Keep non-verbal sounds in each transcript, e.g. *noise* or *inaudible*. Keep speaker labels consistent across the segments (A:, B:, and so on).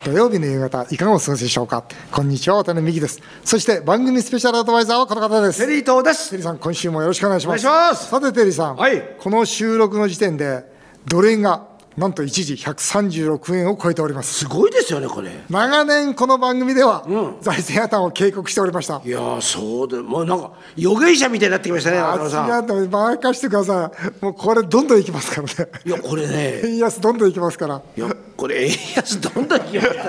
A: 土曜日の夕方いかがお過ごしでしょうかこんにちは渡辺美希ですそして番組スペシャルアドバイザーはこの方です
B: テリー東です
A: テリーさん今週もよろしくお願いします
B: お願いします
A: さてテリーさん、
B: はい
A: この収録の時点でドル円がなんと一時136円を超えております
B: すごいですよねこれい
A: 長年この番組では、財政破綻を警告しておりました
B: やーそうでもうなんか予言者みたいになってきましたね中野
A: 熱い
B: さん
A: なと任してくださいもうこれどんどんいきますから
B: *laughs*
A: ね
B: いやこれね
A: 円安どんどんいきますから
B: いやこれ円安どんどん来ました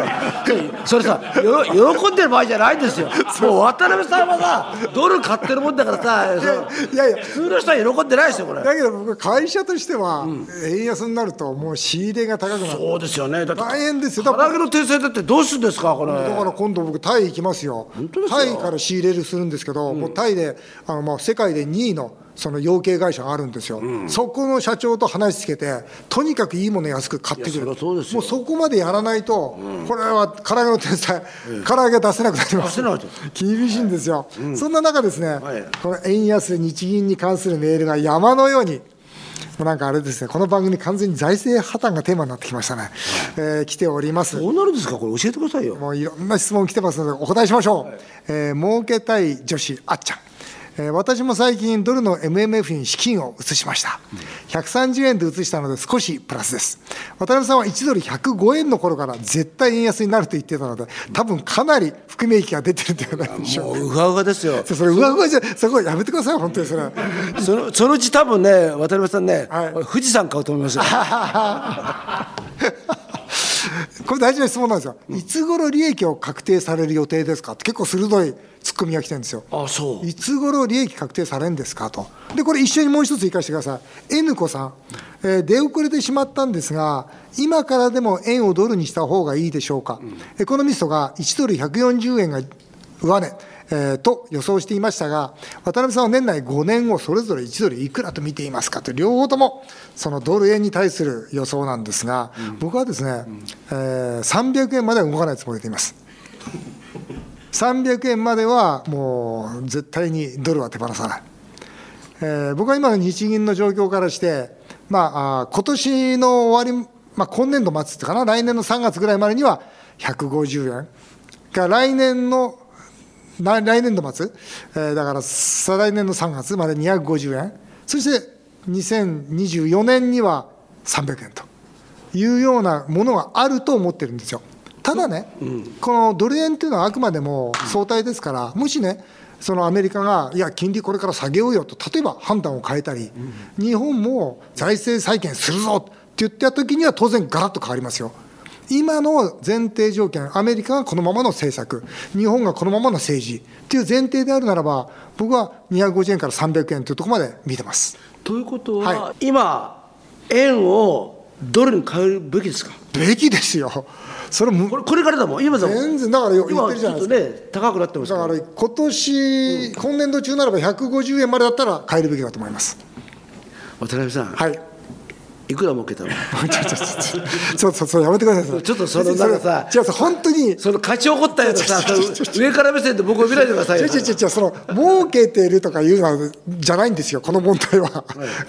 B: ねそれさよろ喜んでる場合じゃないですよもう渡辺さんはさドル買ってるもんだからさその
A: いやいや
B: 普通の人は喜んでないですよこれ
A: だけど僕会社としては、円安になるともう仕入れが高くなる
B: そうですよねだって
A: 大変ですよ
B: 唐
A: だ
B: 揚げの訂正だってどうするんですかこれ
A: だから今度僕タイ行きますよ
B: 当ですか
A: タイから仕入れるするんですけど、もうタイであのまあ世界で2位のその養鶏会社があるんですよ、そこの社長と話つけてとにかくいいもの安く買ってくる
B: いやそりゃそうですよ
A: もうそこまでやらないと、これは唐揚げの天才、唐揚げ出せなくなります
B: 出せないで
A: 厳しいんですよ、そんな中ですね、
B: はい
A: この円安日銀に関するメールが山のようにもうなんかあれですねこの番組完全に財政破綻がテーマになってきましたね、えー来ております
B: どうなるんですかこれ教えてくださいよ
A: もういろんな質問来てますのでお答えしましょう、えー儲けたい女子あっちゃん、えー私も最近ドルの MMF に資金を移しました、130円で移したので少しプラスです渡辺さんは1ドル105円の頃から絶対円安になると言ってたので多分かなり含み益が出てるんではないでしょうか
B: もううはうはですよ
A: それうわうわじゃそこやめてください本当にそれ
B: そのそのうち多分ね渡辺さんね、
A: はい
B: 富士山買うと思い *laughs* ますよ
A: *laughs* これ大事な質問なんですよ、いつ頃利益を確定される予定ですかって結構鋭いツッコミが来てるんですよ
B: あそう
A: いつ頃利益確定されるんですかと、でこれ、一緒にもう一つ言いかせてください、N 子さん、えー出遅れてしまったんですが、今からでも円をドルにした方がいいでしょうか、エコノミストが1ドル140円が上値、えーと予想していましたが、渡辺さんは年内5年後、それぞれ1ドルいくらと見ていますかと、両方ともそのドル円に対する予想なんですが、僕はですね、えー300円までは動かないつもりでいます。300円まではもう絶対にドルは手放さない、えー僕は今の日銀の状況からして、まあ、あー今年の終わり、まあ、今年度末ってかな、来年の3月ぐらいまでには150円、が来年のな来年度末、えーだから再来年の3月まで250円、そして2024年には300円というようなものがあると思ってるんですよ。ただね、このドル円というのはあくまでも相対ですから、もしね、そのアメリカが、いや、金利これから下げようよと、例えば判断を変えたり、日本も財政再建するぞって言った時には、当然、ガラッと変わりますよ。今の前提条件、アメリカがこのままの政策、日本がこのままの政治っていう前提であるならば、僕は250円から300円というところまで見てます。
B: ということは、
A: は
B: 今円をドルに買うべきですか
A: べきですよ、それも
B: これこれからだもん今だもん
A: 全然、だからよ言って
B: 今
A: る
B: ち
A: じゃ
B: ょ
A: ない
B: っ
A: で
B: と
A: すか。
B: ね高くなってます
A: だ
B: か
A: からら今年、今年度中ならば150円までだったら買えるべきだと思います。
B: 渡辺さん、 *laughs*
A: はい。
B: い、くら儲けたの
A: ちょちょちょちょちょちょやめてください。
B: ちょっとその
A: 別にれ
B: なんかさ
A: 違う本当に
B: その勝ち怒ったようなさ
A: ちょちょちょ
B: その上から目線で僕を見ないでください
A: 違う
B: よ
A: 違う違う違うその儲けているとかいうのはじゃないんですよこの問題は、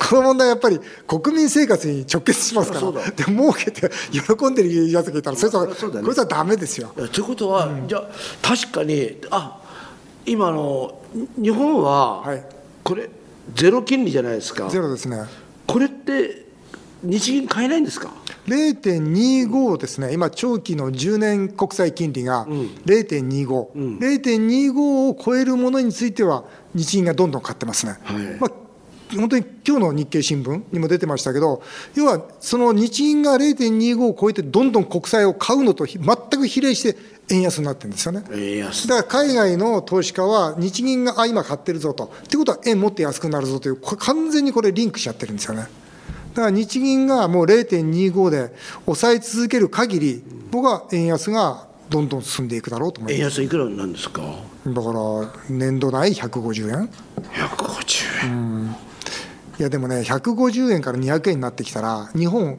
A: この問題はやっぱり国民生活に直結しますから
B: そうだ
A: で儲けて喜んでるやつがいたらそれと
B: そうだね
A: こいつはダメですよ
B: いやということは、じゃあ確かにあ今あの日本は、
A: はい
B: これゼロ金利じゃないですか
A: ゼロですね
B: これって日銀買えないんですか
A: 0.25ですね、今、長期の10年国債金利が0.25、0.25を超えるものについては、日銀がどんどん買ってますね。
B: はい
A: まあ本当に今日の日経新聞にも出てましたけど、要はその日銀が0.25を超えて、どんどん国債を買うのとひ全く比例して、円安になってるんですよね。
B: ええ安
A: だから海外の投資家は、日銀があ今買ってるぞと、ということは円もっと安くなるぞという、これ完全にこれ、リンクしちゃってるんですよね。だから日銀がもう0.25で抑え続ける限り、僕は円安がどんどん進んでいくだろうと思い
B: 円
A: ま
B: 安いくらなんですか
A: す。だから、年度内150円。
B: 150円、
A: いやでもね、150円から200円になってきたら、日本、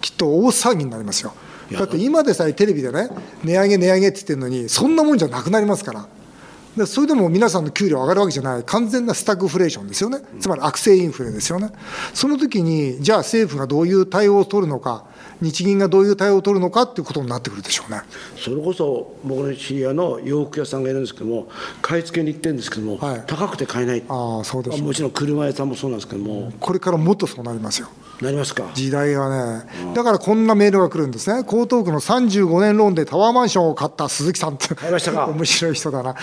A: きっと大騒ぎになりますよ。
B: いや
A: だって今でさえテレビでね、値上げ、値上げって言ってるのに、そんなもんじゃなくなりますから、でそれでも皆さんの給料上がるわけじゃない、完全なスタグフレーションですよね、つまり悪性インフレですよね、その時に、じゃあ政府がどういう対応を取るのか、日銀がどういう対応を取るのかっていうことになってくるでしょうね。
B: それこそ僕の知り合いの洋服屋さんがいるんですけども買い付けに行ってるんですけども、
A: はい
B: 高くて買えない
A: ああそうです
B: もちろん車屋さんもそうなんですけども
A: これからもっとそうなりますよ。
B: なりますか
A: 時代はね、だからこんなメールが来るんですね、江東区の35年ローンでタワーマンションを買った鈴木さんって、
B: いましたか
A: 面白い人だな、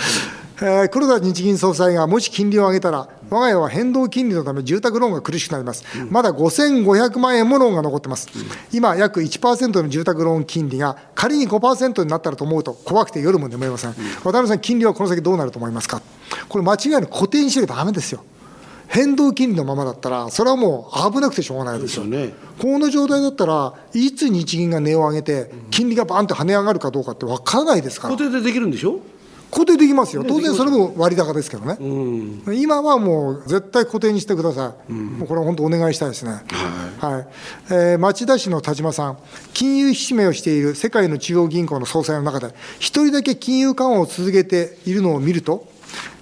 A: えー黒田日銀総裁がもし金利を上げたら、我が家は変動金利のため、住宅ローンが苦しくなります、まだ5500万円もローンが残ってます、今、約1%の住宅ローン金利が仮に5%になったらと思うと、怖くて夜も眠れません、渡辺さん、金利はこの先どうなると思いますか、これ、間違いなく固定にしなきゃだめですよ。変動金利のままだったら、それはもう危なくてしょうがないです
B: で
A: よ
B: すよ。ね
A: この状態だったら、いつ日銀が値を上げて、金利がバーンと跳ね上がるかどうかって分からないですか
B: 固
A: ら、
B: 定でできるんでしょ
A: 固定できますよ、当然それも割高ですけどね、今はもう絶対固定にしてください、もうこれは本当、お願いしたいですね、はいえー町田市の田島さん、金融引き締めをしている世界の中央銀行の総裁の中で、一人だけ金融緩和を続けているのを見ると、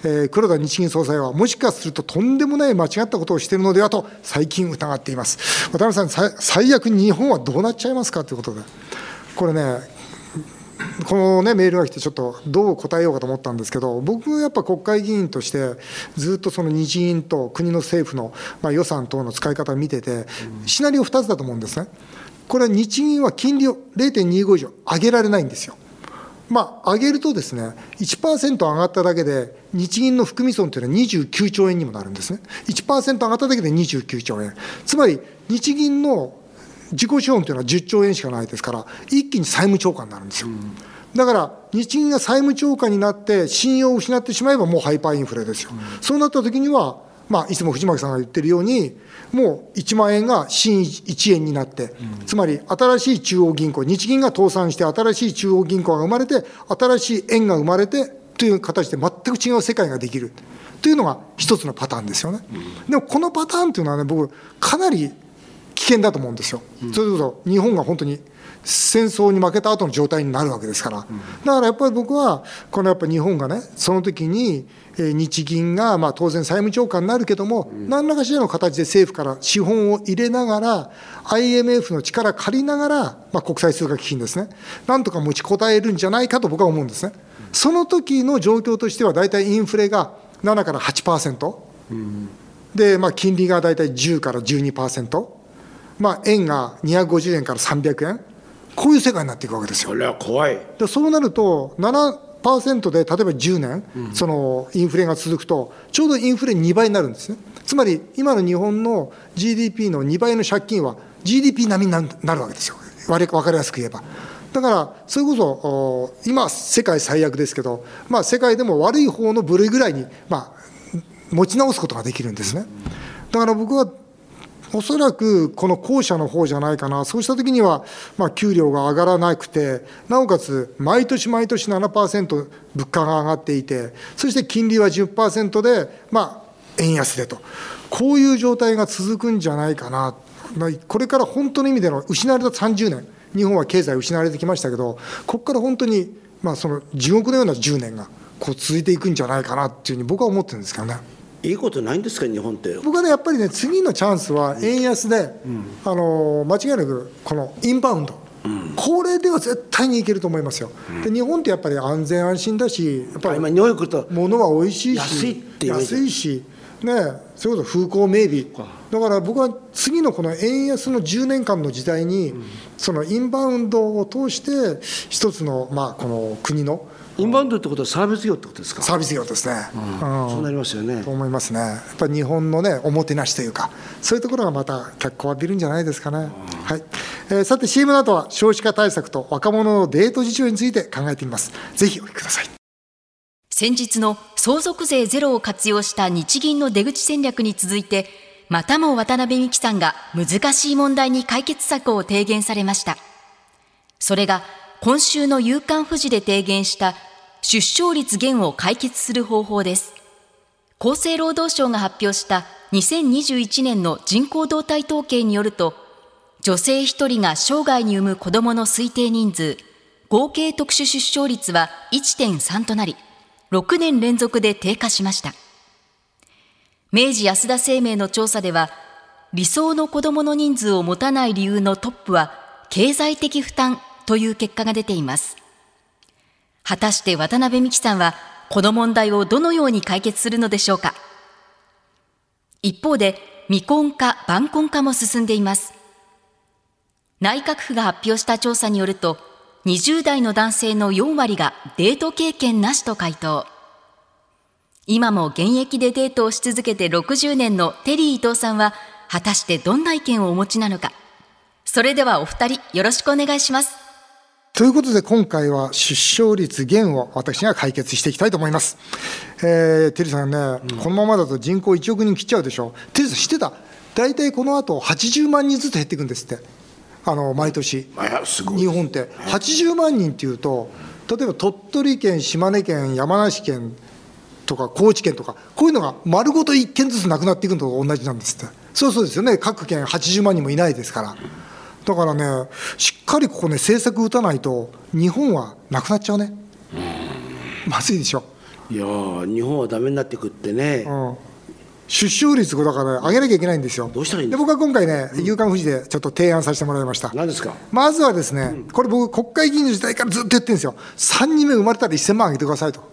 A: えー黒田日銀総裁は、もしかするととんでもない間違ったことをしているのではと、最近疑っています。渡辺さん、さ最悪、日本はどうなっちゃいますかということで、これね、この、ね、メールが来て、ちょっとどう答えようかと思ったんですけど、僕、やっぱ国会議員として、ずっとその日銀と国の政府の、まあ、予算等の使い方を見てて、シナリオ2つだと思うんですね、これ、日銀は金利を0.25以上上げられないんですよ。まあ、上げるとですね、1%上がっただけで、日銀の含み損というのは29兆円にもなるんですね、1%上がっただけで29兆円、つまり日銀の自己資本というのは10兆円しかないですから、一気に債務超過になるんですよ。だから日銀が債務超過になって、信用を失ってしまえばもうハイパーインフレですよ、そうなった時には、まあ、いつも藤巻さんが言ってるように、もう1万円が新1円になって、つまり新しい中央銀行、日銀が倒産して、新しい中央銀行が生まれて、新しい円が生まれてという形で、全く違う世界ができるというのが一つのパターンですよね。でもこのパターンというのはね、僕、かなり危険だと思うんですよ。それこそ日本が本当に戦争に負けた後の状態になるわけですから、だからやっぱり僕は、このやっぱ日本がね、その時に、えー日銀がまあ当然債務超過になるけども、何らかしらの形で政府から資本を入れながら、IMF の力借りながら、まあ、国際通貨基金ですね、なんとか持ちこたえるんじゃないかと僕は思うんですね。その時の状況としては、大体インフレが7から8%。で、まあ、金利が大体10から12%、まあ、円が250円から300円、こういう世界になっていくわけですよ。
B: それは怖い
A: でそうなると、7%で例えば10年、そのインフレが続くと、ちょうどインフレ2倍になるんですね、つまり今の日本の GDP の2倍の借金は、GDP 並みになるなるわけですよ、分かりやすく言えば。だから、それこそお今、世界最悪ですけど、まあ、世界でも悪い方の部類ぐらいに、まあ、持ち直すことができるんですね。だから僕はおそらくこの後者の方じゃないかな、そうしたときには、まあ、給料が上がらなくて、なおかつ毎年毎年7%物価が上がっていて、そして金利は10%で、まあ、円安でと、こういう状態が続くんじゃないかな、まあこれから本当の意味での失われた30年、日本は経済失われてきましたけど、ここから本当に、まあ、その地獄のような10年がこう続いていくんじゃないかなっていうふうに僕は思ってるんですけどね。
B: いいことないんですか日本って
A: 僕はね、やっぱりね、次のチャンスは円安で、あのー間違いなくこのインバウンド、これでは絶対にいけると思いますよ、で日本ってやっぱり安全安心だし、やっぱり
B: 今日本に来ると
A: 物は美味しいし、
B: 安いってイメージ
A: 安いし、ね、それこそ風光明媚、だから僕は次のこの円安の10年間の時代に、そのインバウンドを通して、一つの,、まあこの国の
B: インバウンドってことはサービス業ってことですか
A: サービス業ですね。うん
B: そうなりますよね
A: と思いますね、やっぱり日本のね、おもてなしというか、そういうところがまた脚光を浴びるんじゃないですかね。はいえーさて、CM の後は少子化対策と若者のデート事情について考えてみます。ぜひお聞きください。
C: 先日の相続税ゼロを活用した日銀の出口戦略に続いてまたも渡辺美樹さんが難しい問題に解決策を提言されましたそれが今週の夕刊富士で提言した出生率減を解決する方法です厚生労働省が発表した2021年の人口動態統計によると女性1人が生涯に産む子どもの推定人数合計特殊出生率は1.3となり6年連続で低下しました明治安田生命の調査では理想の子どもの人数を持たない理由のトップは経済的負担という結果が出ています果たして渡辺美樹さんはこの問題をどのように解決するのでしょうか一方で未婚化晩婚化も進んでいます内閣府が発表した調査によると20代の男性の4割がデート経験なしと回答今も現役でデートをし続けて60年のテリー伊藤さんは果たしてどんな意見をお持ちなのかそれではお二人よろしくお願いします
A: ということで今回は出生率減を私が解決していきたいと思います。えー、テリーさんね、このままだと人口1億人切っちゃうでしょ。テリーさん知ってた大体この後80万人ずつ減っていくんですって。あの、毎年。
B: いやすごい
A: 日本って。80万人っていうと、例えば鳥取県、島根県、山梨県とか高知県とか、こういうのが丸ごと1県ずつなくなっていくのと同じなんですって。そうそうですよね。各県80万人もいないですから。だからね、しっかりここね、政策打たないと、日本はなくなっちゃうね、まずいでしょ、
B: いやー日本はダメになってくってね、
A: うん、出生率をだから、上げなきゃいけないんですよ、
B: どうしたらいいん
A: で
B: です
A: 僕は今回ね、夕刊富士でちょっと提案させてもらいました。
B: 何ですか
A: まずはですね、これ、僕、国会議員の時代からずっと言ってるんですよ、3人目生まれたら1000万あげてくださいと、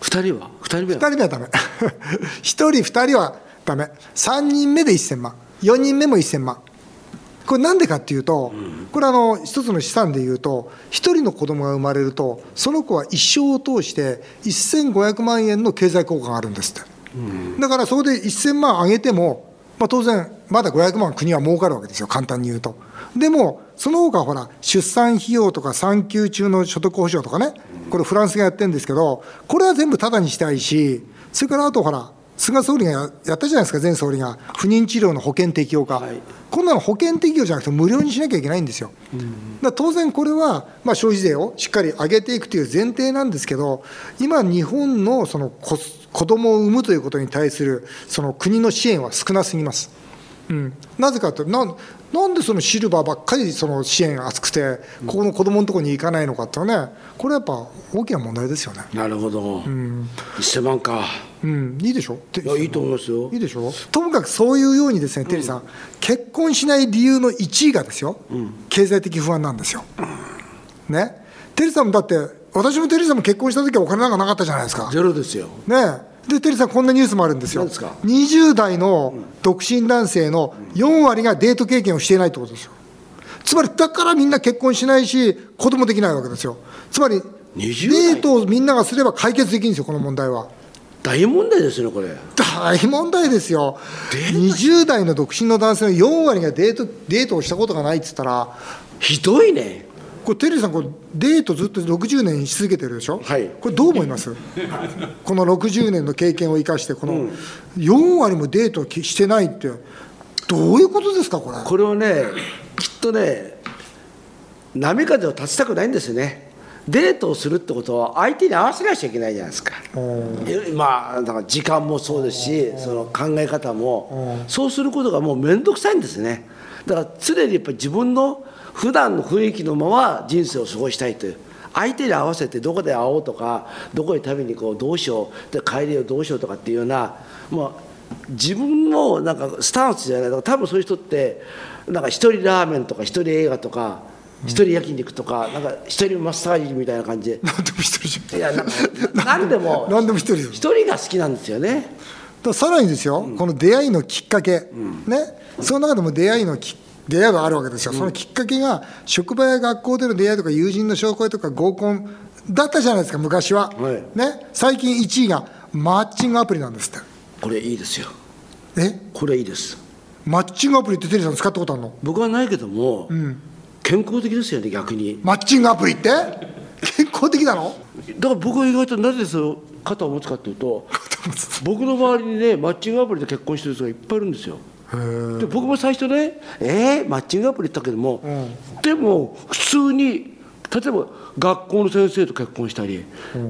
B: 二人は二人目
A: 2人
B: は
A: 目はだめ、1人、2人はだめ、3人目で1000万、4人目も1000万、これ、なんでかっていうと、これあの、一つの資産でいうと、1人の子供が生まれると、その子は一生を通して、1500万円の経済効果があるんですって、だからそこで1000万上げても、まあ、当然、まだ500万、国は儲かるわけですよ、簡単に言うと。でも、その他ほら、出産費用とか産休中の所得保障とかね、これ、フランスがやってるんですけど、これは全部タダにしたいし、それからあとほら、菅総理がややったじゃないですか、前総理が、不妊治療の保険適用化、
B: はい
A: こんなの保険適用じゃなくて、無料にしなきゃいけないんですよ。だから当然、これは、まあ、消費税をしっかり上げていくという前提なんですけど、今、日本のその子子供を産むということに対するその国の支援は少なすぎます。うん、なぜかとなんなんでそのシルバーばっかりその支援が厚くて、ここの子供のところに行かないのかっていうのはね、これはやっぱ大きな問題ですよね。
B: なるほど、1000万か
A: うん、いいでしょ
B: いやいいと思いますよ
A: いいでしょともかくそういうようにですね、テリーさん、結婚しない理由の1位がですよ、経済的不安なんですよ。ね、テリーさんもだって、私もテリーさんも結婚した時はお金なんかなかったじゃないですか。ね
B: ゼロですよ
A: でテリーさん、こんなニュースもあるんですよ、
B: 何ですか
A: 20代の独身男性の4割がデート経験をしていないってことですよ、つまりだからみんな結婚しないし、子供できないわけですよ、つまり、デ
B: 20代
A: ートをみんながすれば解決できるんですよ、この問題は。
B: 大問題ですねこれ
A: 大問題ですよ、20代の独身の男性の4割がデートデートをしたことがないって言ったら、
B: ひどいね
A: これ、テリーさん、これデートずっと60年し続けてるでしょ、
B: はい
A: これ、どう思いますこの60年の経験を生かして、この4割もデートをきしてないって、どういうことですか、これ。
B: これをねきっとね波風を立ちたくないんですよねデートをするってことは相手に合わせなきゃいけないじゃないですかえまあだから時間もそうですしその考え方もそうすることがもう面倒くさいんですねだから常にやっぱり自分の普段の雰囲気のまま人生を過ごしたいという相手に合わせてどこで会おうとかどこへ食べに行こうどうしようで帰りをどうしようとかっていうような、まあ、自分のなんかスタンスじゃないだから多分そういう人ってなんか一人ラーメンとか一人映画とか一人焼肉とかなんか一人マッサージみたいな感じ
A: なんでも一人じ
B: でいやなんか何でも
A: *laughs* ゃん、なんでも一人です。
B: 一人が好きなんですよね。
A: だからさらにですよ、この出会いのきっかけ、ね、その中でも出会いのき出会いがあるわけですよ、そのきっかけが職場や学校での出会いとか友人の紹介とか合コンだったじゃないですか昔は、
B: はい
A: ね、最近1位がマッチングアプリなんですって
B: これいいですよ。
A: え
B: これいいです。
A: マッチングアプリってテリーさん使ったことあるの
B: 僕はないけども、健康的ですよね逆に。
A: マッチングアプリって健康的なの
B: だから僕は意外となぜそう肩を持つかというと、僕の周りにねマッチングアプリで結婚してる人がいっぱいいるんですよ。で僕も最初ね、えー、マッチングアプリ言ったけども、でも普通に。例えば学校の先生と結婚したり、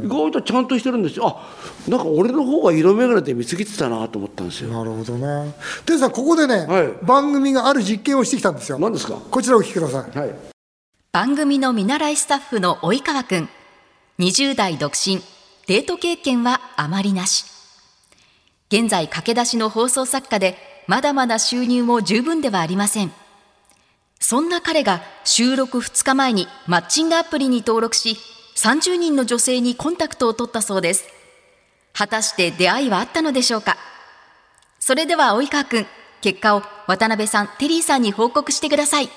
B: 意外とちゃんとしてるんですよあなんか俺の方が色眼鏡で見過ぎてたなと思ったんですよ
A: なるほどねテリーさんここでね、
B: はい
A: 番組がある実験をしてきたんですよ
B: 何ですか
A: こちらをお聞きください
B: はい
C: 番組の見習いスタッフの及川くん20代独身デート経験はあまりなし現在駆け出しの放送作家でまだまだ収入も十分ではありませんそんな彼が収録2日前にマッチングアプリに登録し、30人の女性にコンタクトを取ったそうです。果たして出会いはあったのでしょうかそれでは及川くん、結果を渡辺さん、テリーさんに報告してください。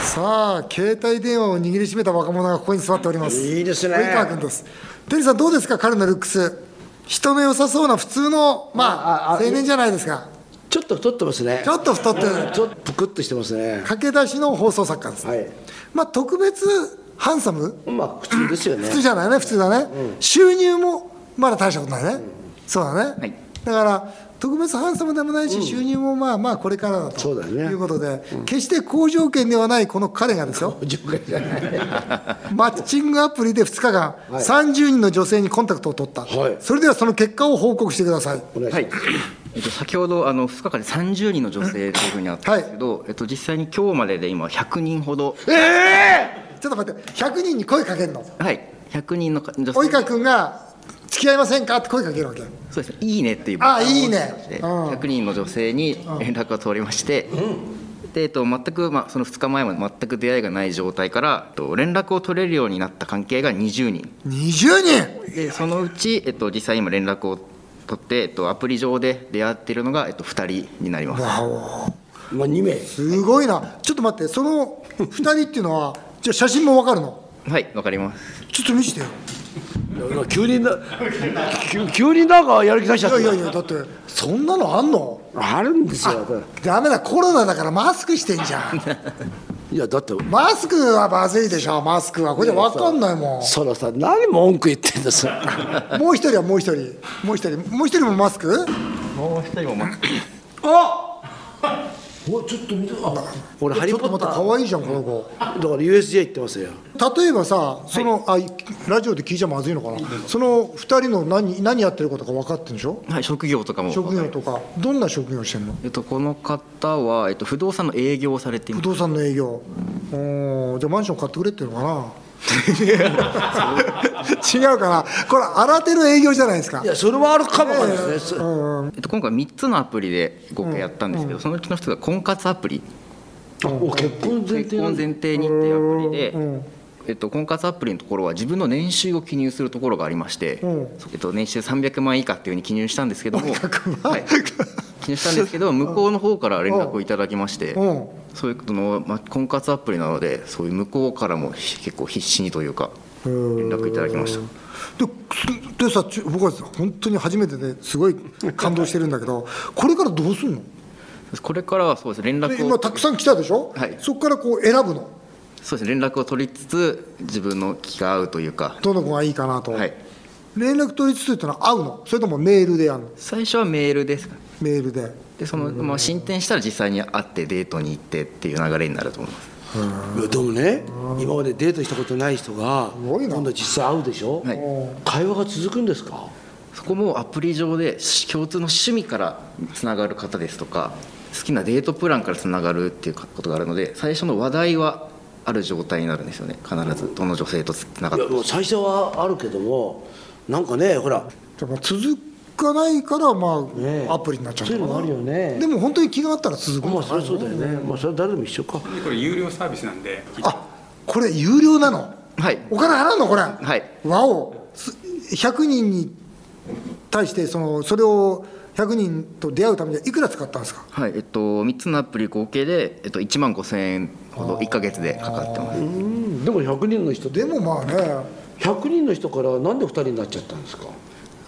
A: さあ携帯電話を握りしめた若者がここに座っております
B: いいですね
A: 及川君ですテリーさんどうですか彼のルックス人目良さそうな普通のま
B: ああ
A: あ
B: あ
A: 青年じゃないですか
B: ちょっと太ってますね
A: ちょっと太ってる
B: ちょっとぷくっとしてますね
A: 駆け出しの放送作家です、
B: はい
A: まあ特別ハンサム
B: まあ普通ですよね
A: 普通じゃないね普通だね、収入もまだ大したことないね、そうだね、
D: はい
A: だから特別ハンサムでもないし、収入もまあまあこれからだ
B: そ
A: と
B: うだね
A: いうことで、決して好条件ではないこの彼がですよ
B: 上下じゃない
A: マッチングアプリで2日間、
B: い
A: 30人の女性にコンタクトを取った、
B: はい
A: それではその結果を報告してください。
B: *laughs* お願いし
D: はいえっと、先ほどあの2日間で30人の女性というふうにあったんですけど、えっと、実際に今日までで今100人ほど、
A: ちょっと待って、100人に声かけるの、
D: はい、100人のか女性
A: 及川君が付き合いませんかって声かけるわけ、
D: そうですねいいねっていう
A: あいいね
D: で
A: うん
D: 100人の女性に連絡が通りまして、でえっと、全く、まあ、その2日前まで全く出会いがない状態から、えっと、連絡を取れるようになった関係が20人
A: 20人、
D: でそのうち、えっと、実際今連絡を取って、えっと、アプリ上で出会っているのが、えっと、2人になります
B: ますまあ2名
A: すごいな、ちょっと待って、その2人っていうのは、じゃあ写真も分かるの、
D: はいわかります
A: ちょっと見せてよ、
B: 急にな急急になんかやる気出しちゃっ
A: いやいやい
B: た
A: や、だって、そんなのあんの
B: あるんですよ
A: だめだ、コロナだからマスクしてんじゃん、
B: いやだって
A: マスクはまずいでしょ、マスクは、これじゃ分かんないもん。
B: そのさ何文句言ってんですあ
A: もう一人はもう一人、もう一人、もう一人もマスク。
D: もう一人もま
B: おちょっと見てあ俺ハリ
A: ちょ
B: ー
A: っ
B: ポ
A: とま
B: ッタ
A: た
B: ー
A: 可愛いじゃん、この子。
B: だから USJ 行ってますよ
A: 例えばさ、その、あ、ラジオで聞いちゃまずいのかな。その二人の何、何やってることか分かってるんでしょ
D: はい、職業とかも
A: 職業とか、どんな職業してんの。
D: えっと、この方は、えっと、不動産の営業をされていま
A: 不
D: す
A: 動産の営業。おーじゃあ、マンション買ってくれっていうのかな。違うかな、これ新手の営業じゃないですか
B: い。やそれはあるかもわかんないですね、
D: えっと、今回3つのアプリで5回やったんですけど、そのうちの一つが婚活アプリ
B: お結婚前
D: 結
B: 提な
D: 婚
B: んだ
D: 前提にっていうアプリで、えっと、婚活アプリのところは自分の年収を記入するところがありまして、えっと、年収300万以下っていうふうに記入したんですけ
A: *laughs*
D: ども、はい、記入したんですけど向こうの方から連絡をいただきまして、
A: うん。
D: そういうことの、まあ、婚活アプリなのでそういう向こうからも結構必死にというか連絡いただきました。
A: ででさち僕は本当に初めてですごい感動してるんだけどこれからどうすんの
D: これからはそうですね連
A: で
D: 絡を
A: 今たくさん来たでしょ、
D: はい
A: そこからこう選ぶの
D: そうですね連絡を取りつつ自分の気が合うというか、
A: どの子がいいかなと、
D: はい、
A: 連絡取りつつってのは合うのそれともメールでやるの
D: 最初はメールですかね
A: メールで
D: でその、まあ、進展したら実際に会ってデートに行ってっていう流れになると思います
B: いやでもね今までデートしたことない人が
A: ごいな
B: 今度実際会うでしょ、
D: はい
B: 会話が続くんですか
D: そこもアプリ上で共通の趣味からつながる方ですとか好きなデートプランからつながるっていうことがあるので最初の話題はある状態になるんですよね必ずどの女性とつなが
B: い
D: っ
B: やもう最初はあるけどもなんかねほら
A: じゃあまあ続かないからまあ、
B: ね
A: アプリになっちゃう
B: そういう
A: の
B: の
A: か
B: もあ
A: な
B: るよね
A: でも本当に気があったら続く
B: ま
A: の
B: あそ
A: か
B: れ
A: な
B: はそうだよねまあそれは誰でも一緒か
E: これ有料サービスなんで
A: あこれ有料なの
D: てはい
A: お金払うのこれ
D: はい
A: わおす100人に対してそのそれを100人と出会うためにはいくら使ったんですか
D: はいえっと、3つのアプリ合計で、えっと、1万5000円ほど1か月でかかってます
B: うんでも100人の人
A: で
B: で
A: もまあね
B: 100人の人からなんで2人になっちゃったんですか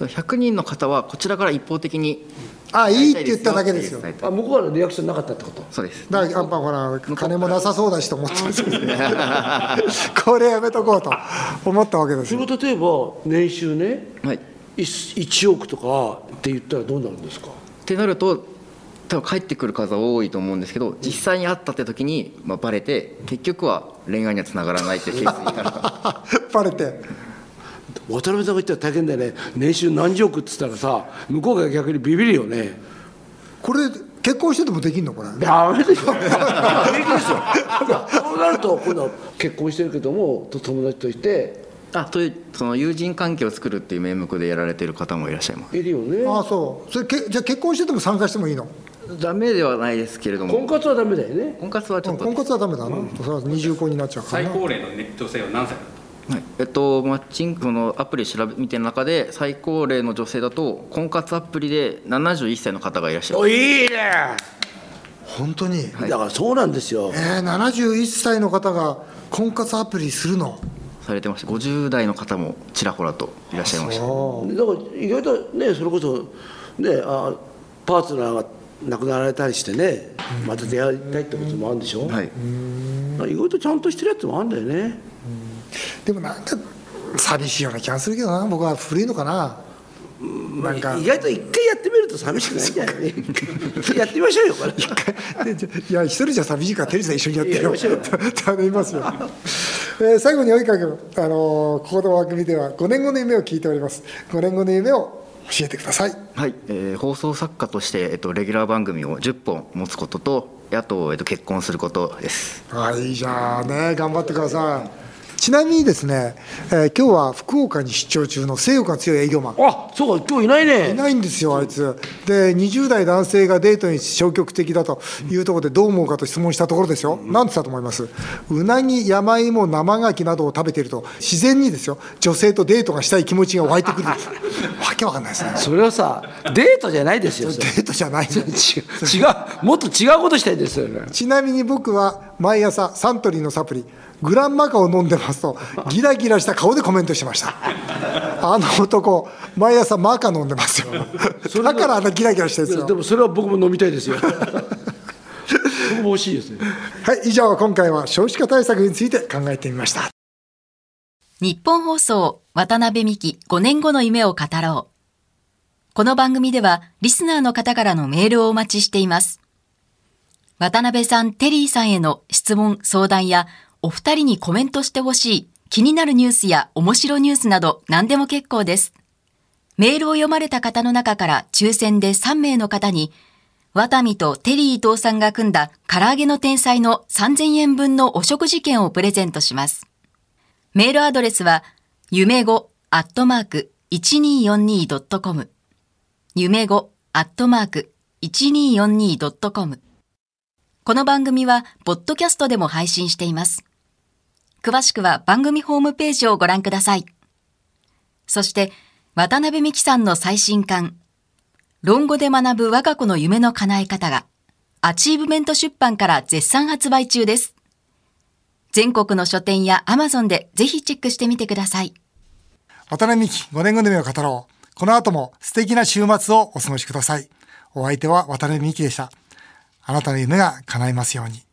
D: 100人の方はこちらから一方的に
A: あいいって言っただけですよ
D: 伝えた
B: あ向こうからリアクションなかったってこと
D: そうです
A: だからやっぱほら金もなさそうだしと思ってますよ
D: *laughs*
A: ねこれやめとこうと思ったわけです
B: そ
A: よ
B: れが例えば年収ね
D: はいっ
B: い1億とかって言ったらどうなるんですか
D: てなると多分帰ってくる数は多いと思うんですけど実際に会ったって時に、まあ、バレて結局は恋愛にはつながらないっていうケースになる
A: *laughs* バレて
B: 渡辺さんが言ったら大変だよね年収何十億って言ったらさ向こうが逆にビビるよね
A: これ結婚しててもできんのこれ
B: ダメでしょダメですよそうなると今度は結婚してるけどもと友達といて
D: あというその友人関係を作るっていう名目でやられてる方もいらっしゃいます
B: いるよね
A: ああそうそれけじゃあ結婚してても参加してもいいの
D: ダメではないですけれど
B: 婚
D: も
B: 活はダメだよね
D: 婚活はちょっと、
A: 婚活はダメだな、それは二重婚になっちゃうから
E: 最
A: な
E: 高齢のね女性は何歳だった
D: はいえっと、マッチングそのアプリ調べ見てる中で最高齢の女性だと婚活アプリで71歳の方がいらっしゃる
B: おいいね、
A: 本当に、
B: だからそうなんですよ
A: えー、71歳の方が婚活アプリするの
D: されてまして50代の方もちらほらといらっしゃいました
B: だから意外とねそれこそねあパートナーが亡くなられたりしてねまた出会いたいってこともあるんでしょ、
D: はい
B: だから意外とちゃんとしてるやつもあるんだよね
A: でもなんか寂しいような気がするけどな僕は古いのかななんか
B: 意外と一回やってみると寂しくないんじゃ *laughs* ないやってみましょうよこれ
A: でじゃいや一人じゃ寂しいからテリーさん一緒にやって
B: いや
A: よ
B: 面白い
A: *laughs* 頼みますよ、えー最後に及川君、あのーここの番組では5年後の夢を聞いております5年後の夢を教えてください
D: はい、えー放送作家として、えっと、レギュラー番組を10本持つこととあと、えっと、結婚することです
A: あいいじゃんね頑張ってくださいちなみにですね、えー今日は福岡に出張中の性欲が強い営業マン
B: あそうか今日いないね
A: いないんですよあいつで20代男性がデートに消極的だというところでどう思うかと質問したところですよ何て言ったと思いますうなぎ山芋生牡蠣などを食べていると自然にですよ女性とデートがしたい気持ちが湧いてくるんですわけわかんないですね
B: それはさデートじゃないですよそれ
A: デートじゃないの
B: *laughs* 違う違うもっと違うことしたいですよね
A: ちなみに僕は毎朝サントリーのサプリグランマカを飲んでますとギラギラした顔でコメントしてましたあの男毎朝マカ飲んでますよだからあんなギラギラしてるんですよ
B: でもそれは僕も飲みたい *laughs* ですよ僕も欲しいですね
A: はい、以上、今回は少子化対策について考えてみました。
C: 日本放送渡辺美希5年後の夢を語ろう。この番組ではリスナーの方からのメールをお待ちしています。渡辺さん、テリーさんへの質問、相談やお二人にコメントしてほしい気になるニュースや面白ニュースなど何でも結構です。メールを読まれた方の中から抽選で3名の方に渡美とテリー伊藤さんが組んだ唐揚げの天才の3000円分のお食事券をプレゼントします。メールアドレスは、夢語アットマーク 1242.com。夢語アットマーク 1242.com。この番組は、ポッドキャストでも配信しています。詳しくは番組ホームページをご覧ください。そして、渡辺美希さんの最新刊、論語で学ぶ我が子の夢の叶え方が、アチーブメント出版から絶賛発売中です。全国の書店や Amazon でぜひチェックしてみてください。
A: 渡辺美希5年後の夢を語ろう。この後も素敵な週末をお過ごしください。お相手は渡辺美希でした。あなたの夢が叶いますように。